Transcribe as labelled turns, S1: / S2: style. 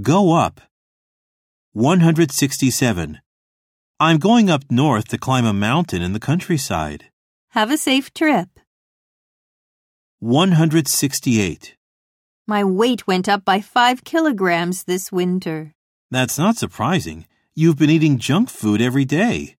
S1: Go up. 167. I'm going up north to climb a mountain in the countryside.
S2: Have a safe trip.
S1: 168.
S2: My weight went up by five kilograms this winter.
S1: That's not surprising. You've been eating junk food every day.